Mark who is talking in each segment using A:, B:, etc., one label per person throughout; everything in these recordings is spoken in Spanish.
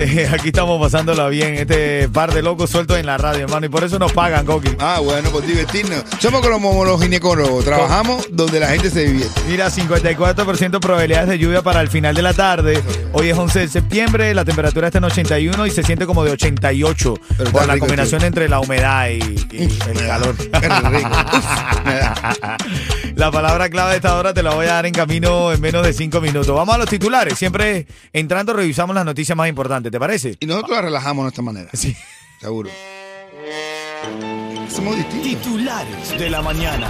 A: Eh, Aquí estamos pasándola bien, este par de locos sueltos en la radio, hermano, y por eso nos pagan, Coqui.
B: Ah, bueno, por divertirnos. Somos como los ginecólogos, trabajamos donde la gente se divierte.
A: Mira, 54% probabilidades de lluvia para el final de la tarde. Hoy es 11 de septiembre, la temperatura está en 81 y se siente como de 88
B: Pero
A: por
B: está
A: la
B: rico,
A: combinación entre la humedad y, y el calor.
B: Qué rico. Uf, me da.
A: La palabra clave de esta hora te la voy a dar en camino en menos de 5 minutos. Vamos a los titulares. Siempre entrando revisamos las noticias más importantes, ¿te parece?
B: Y nosotros la relajamos de esta manera.
A: Sí.
B: Seguro. Somos distintos.
C: Titulares de la Mañana.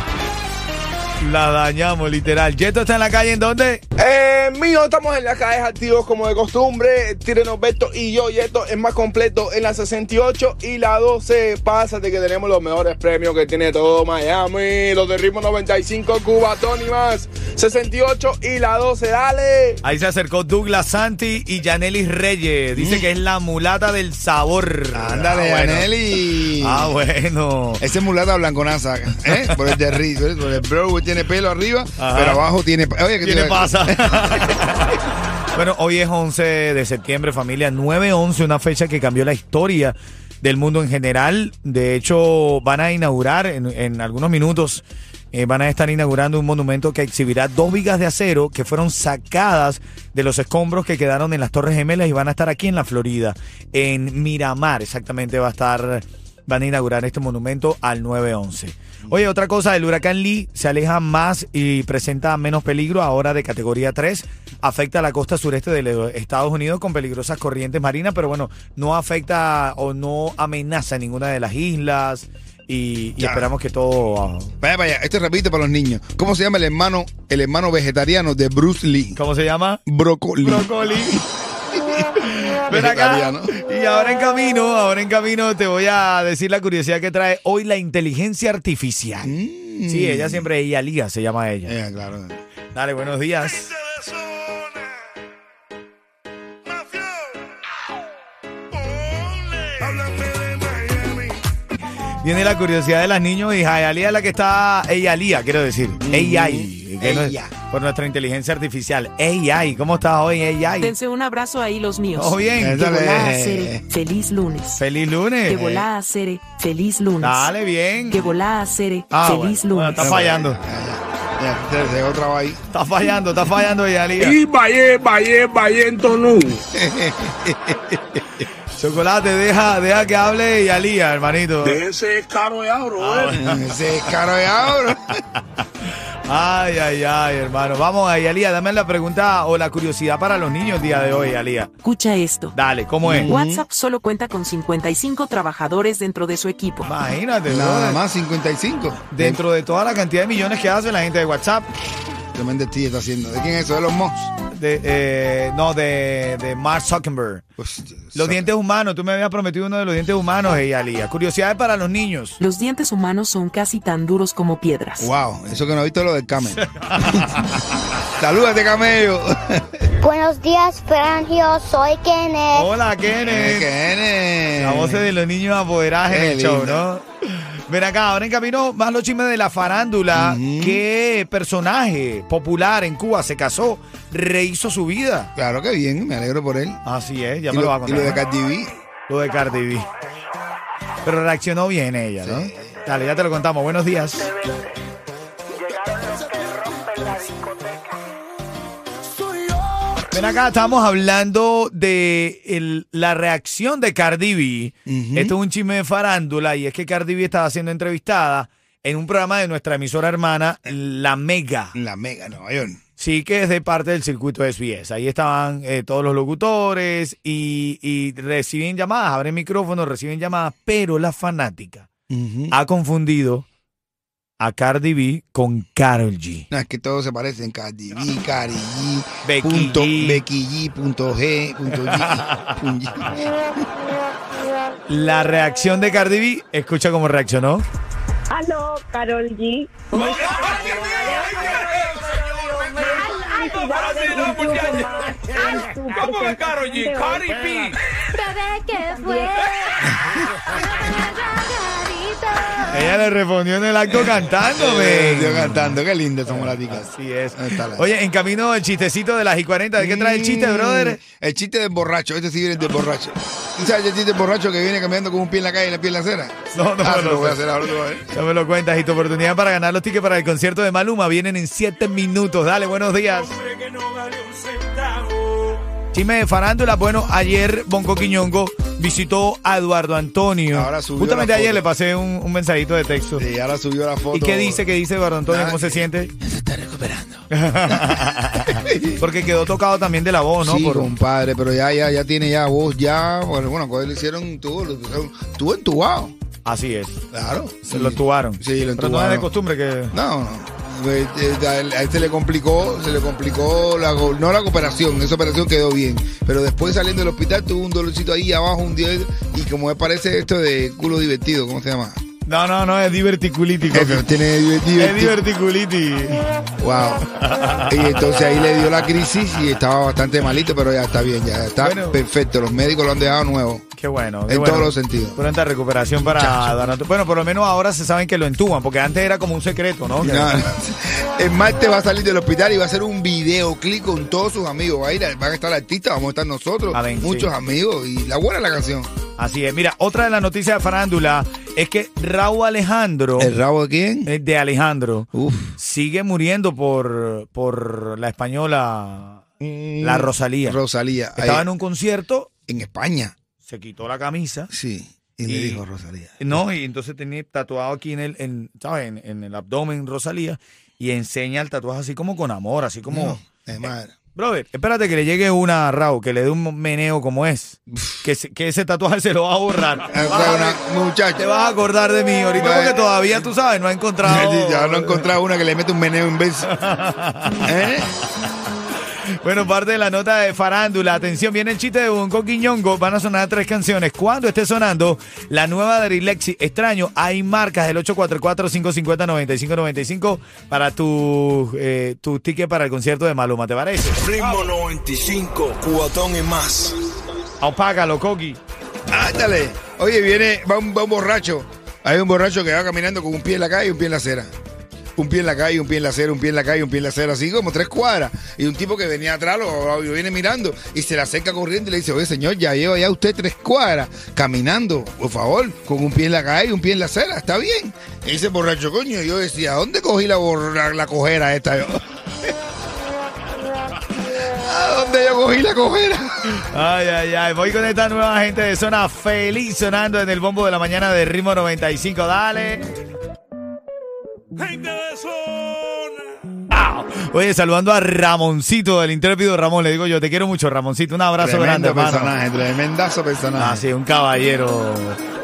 A: La dañamos, literal. ¿Yeto está en la calle en dónde?
D: Eh, mío, estamos en las calles activos como de costumbre. Tiren Alberto y yo, y esto es más completo en la 68 y la 12. Pásate que tenemos los mejores premios que tiene todo Miami. Los de ritmo 95, Cubatón y más. 68 y la 12, dale.
A: Ahí se acercó Douglas Santi y Yanelis Reyes. Dice
D: Mm.
A: que es la mulata del sabor.
B: Ándale,
A: Ah, bueno.
B: Aneli.
A: Ah, bueno.
B: Ese mulata blanconaza, ¿eh? Por el de Riz, ¿eh? Por el bro tiene pelo arriba,
A: Ajá.
B: pero abajo tiene. Oye, ¿qué te
A: ¿Qué le
B: iba a decir?
A: pasa? bueno, hoy es 11 de septiembre, familia. 9-11, una fecha que cambió la historia del mundo en general. De hecho, van a inaugurar en, en algunos minutos. eh, van a estar inaugurando un monumento que exhibirá dos vigas de acero que fueron sacadas de los escombros que quedaron en las Torres Gemelas y van a estar aquí en la Florida, en Miramar, exactamente va a estar, van a inaugurar este monumento al 911. Oye, otra cosa, el huracán Lee se aleja más y presenta menos peligro ahora de categoría 3. Afecta a la costa sureste de los Estados Unidos con peligrosas corrientes marinas, pero bueno, no afecta o no amenaza ninguna de las islas y, y
B: Ya.
A: esperamos que todo... ah,
B: Vaya, vaya, esto repito para los niños. ¿Cómo se llama el hermano, el hermano vegetariano de Bruce Lee?
A: ¿Cómo se llama?
B: Brócoli.
A: Brócoli. Ven acá.
B: Vegetariano.
A: Y ahora en camino, ahora en camino te voy a decir la curiosidad que trae hoy la inteligencia artificial.
B: Mm.
A: Sí, ella siempre, ella Lía se llama ella.
B: Eh, claro.
A: Dale, buenos días. Viene la curiosidad de las niños y Hayalía es la que está Eyalía, quiero decir. AI. que no es-
B: Ella.
A: por nuestra inteligencia artificial. AI, ¿cómo estás hoy, AI?
E: Dense un abrazo ahí los míos.
A: ¿Todo bien?
E: Que volá,
B: Eh.
E: Cere. Feliz lunes.
A: Feliz
E: Que
A: lunes.
E: volá, Cere. Feliz lunes.
A: Dale, bien.
E: Que volá, Cere.
A: Ah,
E: Feliz
A: bueno, bueno,
E: lunes.
A: está fallando.
B: Ya, ya, ya, otra va ahí.
A: Está fallando, está fallando, Eyalía.
D: Y vaya, vaya, vaya, entonú.
A: Chocolate, deja, deja que hable Eyalía, hermanito.
D: Ese es caro ya, bro.
A: Ah,
B: Ese es caro de ahora.
A: Ay, ay, ay, hermano. Vamos, Eyalía, dame la pregunta o la curiosidad para los niños el día de hoy, Eyalía.
E: Escucha esto.
A: Dale, ¿cómo es?
E: WhatsApp solo cuenta con 55 trabajadores dentro de su equipo.
A: Imagínate,
B: Nada
A: brother.
B: más 55.
A: Dentro de toda la cantidad de millones que hace la gente de WhatsApp,
B: Tremendo estilo está haciendo. ¿De quién es eso? De los Moss.
A: de, eh, no, de, de Mark Zuckerberg.
B: Pues,
A: Los dientes humanos, tú me habías prometido uno de los dientes humanos, ella Lía. Curiosidades para los niños.
E: Los dientes humanos son casi tan duros como piedras.
B: Wow, eso que no he visto es lo del camello. Salúdate, camello.
F: Buenos días, Frangio. Soy Kenneth.
A: Hola, Kenneth.
B: ¿Qué
A: La voz de los niños apoderaje en
B: Qué
A: el show, ¿no?
B: lindo.
A: Ven acá, ahora en camino más los chismes de la farándula. ¿Qué personaje popular en Cuba se casó, rehizo su vida?
B: Claro que bien, me alegro por él.
A: Así es, ya
B: y,
A: me lo, va a
B: y
A: contar.
B: lo de Cardi B.
A: Lo de Cardi B. Pero reaccionó bien ella, ¿no? Dale, ya te lo contamos. Buenos días. Ven acá, estamos hablando de el- la reacción de Cardi B. Esto es un chisme de farándula y es que Cardi B estaba siendo entrevistada en un programa de nuestra emisora hermana, La Mega.
B: La mega Nueva York.
A: Sí, que es de parte del circuito de SBS. Ahí estaban eh, todos los locutores y, y reciben llamadas, abren micrófonos, reciben llamadas, pero la fanática ha confundido a Cardi B con Carol G.
B: No, es que todos se parecen. Cardi B, Cardi G.
A: Becky
B: punto,
A: G.
B: Becky G. Punto G. Punto G. punto G.
A: La reacción de Cardi B, escucha cómo reaccionó.
G: Aló, Carol G.
D: Ahora sí, no, muchachos. ¿Cómo va Karol G? Cardi B.
F: Bebé, que fue?
A: Ella le respondió en el acto
B: Eh, Yo
A: cantándome.
B: cantando, qué lindas son las ticas.
A: Así es.
B: Ahí está la-
A: Oye, en camino el chistecito de las y 40. ¿De qué trae el chiste,
B: Mm,
A: brother?
B: El chiste del borracho, este sí viene del borracho. ¿Tú sabes el chiste del borracho que viene caminando con un pie en la calle y la pie en la acera?
A: No, no
B: Ah, se
A: me lo
B: lo voy a
A: sé.
B: hacer ahora. tú vas a ver.
A: Ya me lo cuentas y tu oportunidad para ganar los tickets para el concierto de Maluma vienen en 7 minutos. Dale, buenos días. Chisme de farándula. Bueno, ayer Bonco Quiñongo visitó a Eduardo Antonio.
B: Ahora subió
A: Justamente
B: la
A: ayer
B: foto.
A: le pasé un, un mensajito de texto.
B: Sí, ahora subió la foto.
A: ¿Y qué dice? ¿Qué dice Eduardo Antonio? ¿Cómo se siente?
B: Se está recuperando.
A: Porque quedó tocado también de la voz, ¿no?
B: sí,
A: Por-
B: compadre, pero ya, ya, ya tiene ya voz, ya. Bueno, bueno, cuando le hicieron tú, lo pusieron- estuvo entubado.
A: Así es.
B: Claro.
A: Se lo entubaron.
B: Sí, lo
A: Pero no es de
B: entubaron.
A: costumbre que...
B: No, no. Eh, eh, A él- a él se le complicó, se le complicó, la, go- no la operación, esa operación quedó bien. Pero después saliendo del hospital tuvo un dolorcito ahí abajo, un día, y como me parece esto de culo divertido, ¿cómo se llama?
A: No, no, no, es diverticulítico.
B: Eso, tiene
A: Es
B: divertido.
A: diverticulitis.
B: Wow. Y entonces ahí le dio la crisis y estaba bastante malito, pero ya está bien, ya está
A: Bueno.
B: perfecto. Los médicos lo han dejado nuevo.
A: Qué bueno.
B: En todos los sentidos.
A: Pronta recuperación para Eduardo Antonio. Bueno, por lo menos ahora se saben que lo entuban, porque antes era como un secreto, ¿no?
B: Y
A: Que-
B: nada, el martes va a salir del hospital y va a hacer un videoclip con todos sus amigos. Va a ir, van a estar artistas, vamos a estar nosotros,
A: A ver,
B: muchos
A: Ah, sí.
B: amigos. Y la buena es la canción.
A: Así es. Mira, otra de las noticias de farándula es que Raúl Alejandro,
B: ¿El rabo de quién?
A: Oh. eh, de Alejandro,
B: Uf.
A: sigue muriendo por, por la española, la Rosalía.
B: Rosalía. Mm, ahí,
A: Estaba en un concierto,
B: en España.
A: se quitó la camisa.
B: Sí. Y, le
A: Y-
B: dijo Rosalía.
A: No, y entonces tenía tatuado aquí en el, en, ¿sabes? En, en el abdomen Rosalía y enseña el tatuaje así como con amor, así como...
B: No,
A: Eh,
B: es madre.
A: Brother, espérate que le llegue una a Raúl, que le dé un meneo como es. Que, se- que ese tatuaje se lo va a borrar.
B: Eh,
A: Vas a
B: una-
A: ver-
B: muchacho.
A: te vas a acordar de mí ahorita
B: Bueno.
A: porque todavía tú sabes, no ha encontrado.
B: Ya no he encontrado una que le mete un meneo en vez. ¿Eh?
A: Bueno, parte de la nota de farándula. Atención, viene el chiste de Bonco Quiñongo. Van a sonar tres canciones. Cuando esté sonando la nueva de Rilexi, extraño, hay marcas del 844-550-9595 para tu, eh, tu ticket para el concierto de Maluma, ¿te parece?
G: Ritmo 95, cuatón y más.
A: Apágalo, Coqui.
B: Ándale. Oye, viene, va un, va un borracho. Hay un borracho que va caminando con un pie en la calle y un pie en la acera. Un pie en la calle, un pie en la acera, un pie en la calle, un pie en la acera, así como tres cuadras. Y un tipo que venía atrás lo, lo viene mirando y se le acerca corriendo y le dice, oye señor, ya lleva ya usted tres cuadras caminando, por favor, con un pie en la calle y un pie en la acera, está bien. Y dice, borracho, coño, yo decía, ¿dónde cogí la, borra- la cojera esta yo? ¿A dónde yo cogí la cojera?
A: Ay, ay, ay. Voy con esta nueva gente de zona feliz sonando en el bombo de la mañana de ritmo 95. Dale.
G: Gente de zona.
A: Ah, Oye, saludando a Ramoncito, del intrépido Ramón. Le digo yo, te quiero mucho, Ramoncito. Un abrazo
B: Tremendo
A: grande, hermano.
B: personaje, tremendazo personaje.
A: Ah, sí, un caballero.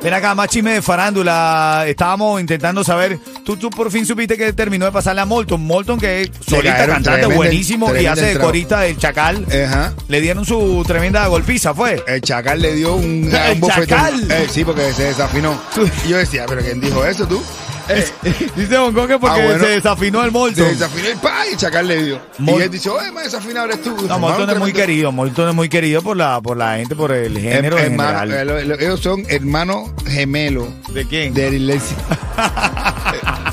A: Ven acá, más chisme de farándula. Estábamos intentando saber. Tú, tú por fin supiste que terminó de pasarle a Molton. Molton, que es solista,
B: cayeron
A: cantante
B: tremendo-
A: buenísimo y
B: tremendo
A: hace de
B: entrado.
A: corista del Chacal.
B: Ajá.
A: Le dieron su tremenda golpiza, fue.
B: El chacal le dio un,
A: ¡El
B: un bofetón.
A: chacal!
B: Eh, sí, porque se desafinó. Y yo decía, ¿pero quién dijo eso tú? Eh,
A: Dice Don Coque porque
B: Ah, bueno.
A: se desafinó el
B: se
A: Molton.
B: desafinó y ¡pa! Y el chacal le dio.
A: Mol-
B: y él dice, oye, más desafinado eres tú.
A: No,
B: Formaron
A: Molton es muy
B: tremendo- Em,
A: querido, Molton es muy querido por la, por la gente, por el género en
B: Hermano-
A: general.
B: eh, lo- lo- ellos son hermanos gemelos
A: ¿De quién?
B: de Lexi.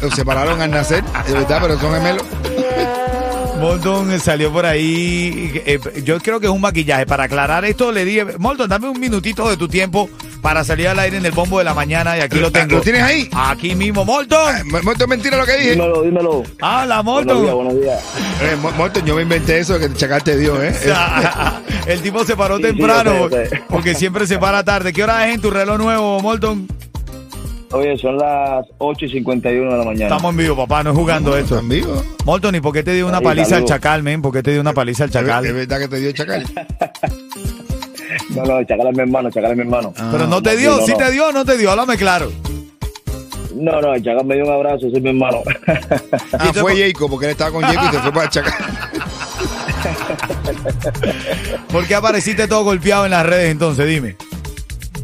B: Los separaron al nacer, de verdad, pero son gemelos.
A: Molton salió por ahí. eh, yo creo que es un maquillaje. Para aclarar esto, le dije, Molton, dame un minutito de tu tiempo para salir al aire en el bombo de la mañana. Y aquí lo tengo.
B: Ah, ¿Lo tienes ahí?
A: Aquí mismo, Ah, Molton.
B: Mu- Muerto es mentira lo que dije.
H: Dímelo, dímelo.
A: Habla,
H: Buenos días,
A: Molton.
H: buenos días.
B: Eh, mu- muerto, yo me inventé eso que el chacal te dio, ¿eh?
A: El tipo se paró
H: Sí, sí,
A: temprano
H: yo sé, yo sé.
A: porque siempre se para tarde. ¿Qué hora es en tu reloj nuevo, Molton?
H: Oye, son las 8 y 51 de la mañana.
A: Estamos en vivo, papá, no es jugando esto.
B: ¿Están vivos?
A: Molton, ¿y por qué te dio una
H: Ahí,
A: paliza al
H: saludos. Eh,
A: chacal, men? ¿Por qué te dio una paliza al chacal?
B: Es verdad que te dio el chacal. Ah,
H: No, no, chacal es mi hermano, chacal es mi hermano.
A: Ah,
H: Ah,
A: Pero no te dio,
H: no,
A: sí
H: no.
A: te dio o no te dio, háblame claro.
H: No, no, el chacal me dio un abrazo, ese es mi hermano.
B: Ah, fue Jacob, porque él estaba con Jacob y se fue para Chacal.
A: ¿Por qué apareciste todo golpeado en las redes entonces? Dime.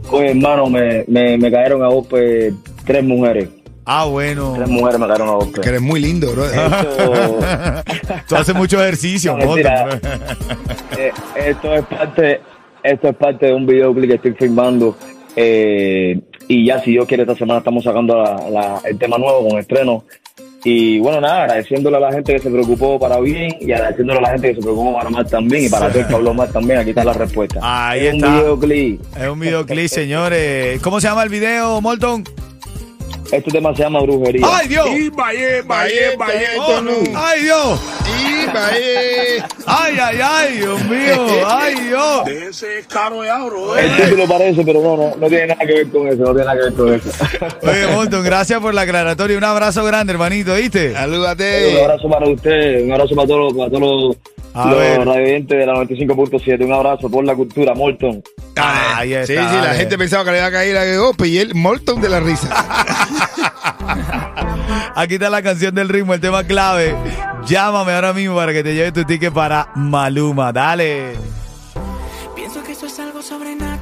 H: Oye, hermano, me, me, me cayeron a golpe tres mujeres.
A: Ah, bueno.
H: Tres mujeres me cagaron a golpe.
B: Que eres muy lindo, bro.
H: Esto,
A: Tú haces mucho ejercicio,
H: No, mentira.
A: Mota.
H: eh, esto es parte, esto es parte de un videoclip que estoy filmando. eh, y ya si Dios quiere esta semana estamos sacando la- la- el tema nuevo con estreno. Y bueno, nada, agradeciéndole a la gente que se preocupó para bien y agradeciéndole a la gente que se preocupó para mal también y para ti que habló mal también, aquí está la respuesta.
A: Ahí
H: Es
A: está.
H: Un videoclip.
A: Es un videoclip, señores. ¿Cómo se llama el video, Molton?
H: Este tema se llama Brujería.
A: ¡Ay, Dios! Oh,
B: Vallejo, no.
A: ¡Ay, Dios!
B: Y Vallejo.
A: ¡Ay, ay, ay! ¡Dios mío! ¡Ay, Dios!
G: Déjese caro ya, bro.
H: El título parece, pero no, no, no tiene nada que ver con eso, no tiene nada que ver con eso.
A: Oye, Molton, gracias por la aclaratoria. Un abrazo grande, hermanito, ¿viste?
H: Un
B: Salúdate.
H: abrazo para usted, un abrazo para todos, los- para todos
A: A
H: los,
A: ver.
H: los radioyentes de la 95.7. Un abrazo por la cultura, Morton.
A: Ahí está.
B: Ah, eh, Sí, sí, la
A: dale.
B: gente pensaba que le iba a caer a golpe y él, Molton de la risa.
A: Aquí está la canción del ritmo, el tema clave. Llámame ahora mismo para que te lleve tu ticket para Maluma. Dale.
I: Pienso que eso es algo sobrenatural.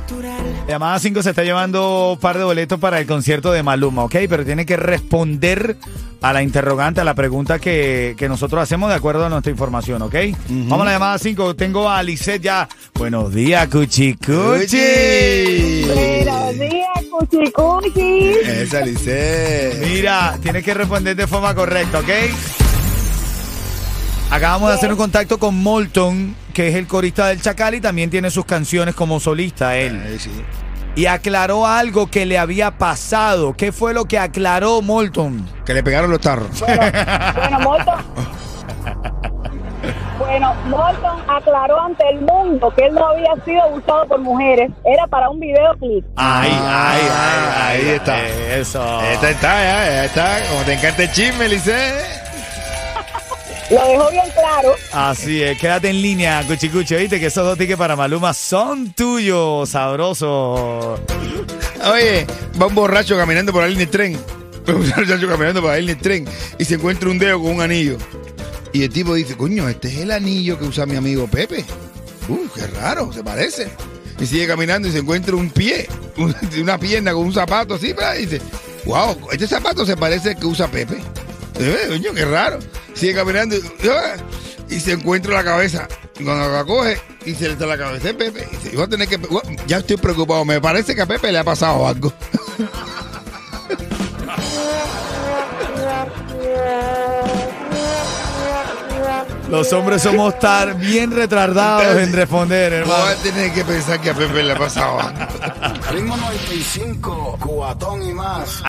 A: Llamada 5 se está llevando un par de boletos para el concierto de Maluma, ¿ok? Pero tiene que responder a la interrogante, a la pregunta que, que nosotros hacemos de acuerdo a nuestra información, ¿ok? Vamos a la llamada 5. Tengo a Lisette ya. Buenos días, Cuchi Cuchi.
F: Buenos días, cuchicuchi.
B: Esa, Lice.
A: Mira, tienes que responder de forma correcta, ¿ok? Acabamos de hacer un contacto con Molton, que es el corista del Chacal y también tiene sus canciones como solista él.
B: Ahí sí.
A: Y aclaró algo que le había pasado. ¿Qué fue lo que aclaró Molton?
B: Que le pegaron los tarros.
J: Bueno, Morton. Bueno, Morton aclaró ante el mundo que él no había sido abusado por mujeres. Era para un videoclip.
A: Ahí,
B: Ah, ahí está. Este
A: Eso.
B: Esta está, ya, ya está. Como te encanta el chisme, Lice.
J: Lo dejó bien claro.
A: Así es, quédate en línea, Cuchicucho, viste que esos dos tickets para Maluma son tuyos, sabroso.
B: Ah, Oye, va un borracho caminando por la línea del tren. Un borracho caminando por la línea del tren. Y se encuentra un dedo con un anillo. Y el tipo dice, coño, este es el anillo que usa mi amigo Pepe. Uh, qué raro, se parece. Y sigue caminando y se encuentra un pie, un- una pierna con un zapato así, ¿verdad? Y dice, wow, este zapato se parece al que usa Pepe. Eh, coño, qué raro. Sigue caminando y, ah, y se encuentra la cabeza. Y cuando la coge, y se le está la cabeza de Pepe. Y dice, "Voy a tener que, voy a- ya estoy preocupado, me parece que a Pepe le ha pasado algo.
A: Los hombres somos tan bien retardados en responder,
B: Voy
A: hermano.
B: a tener que pensar que a Pepe le ha pasado algo.
G: Ritmo 95, cuatón y más.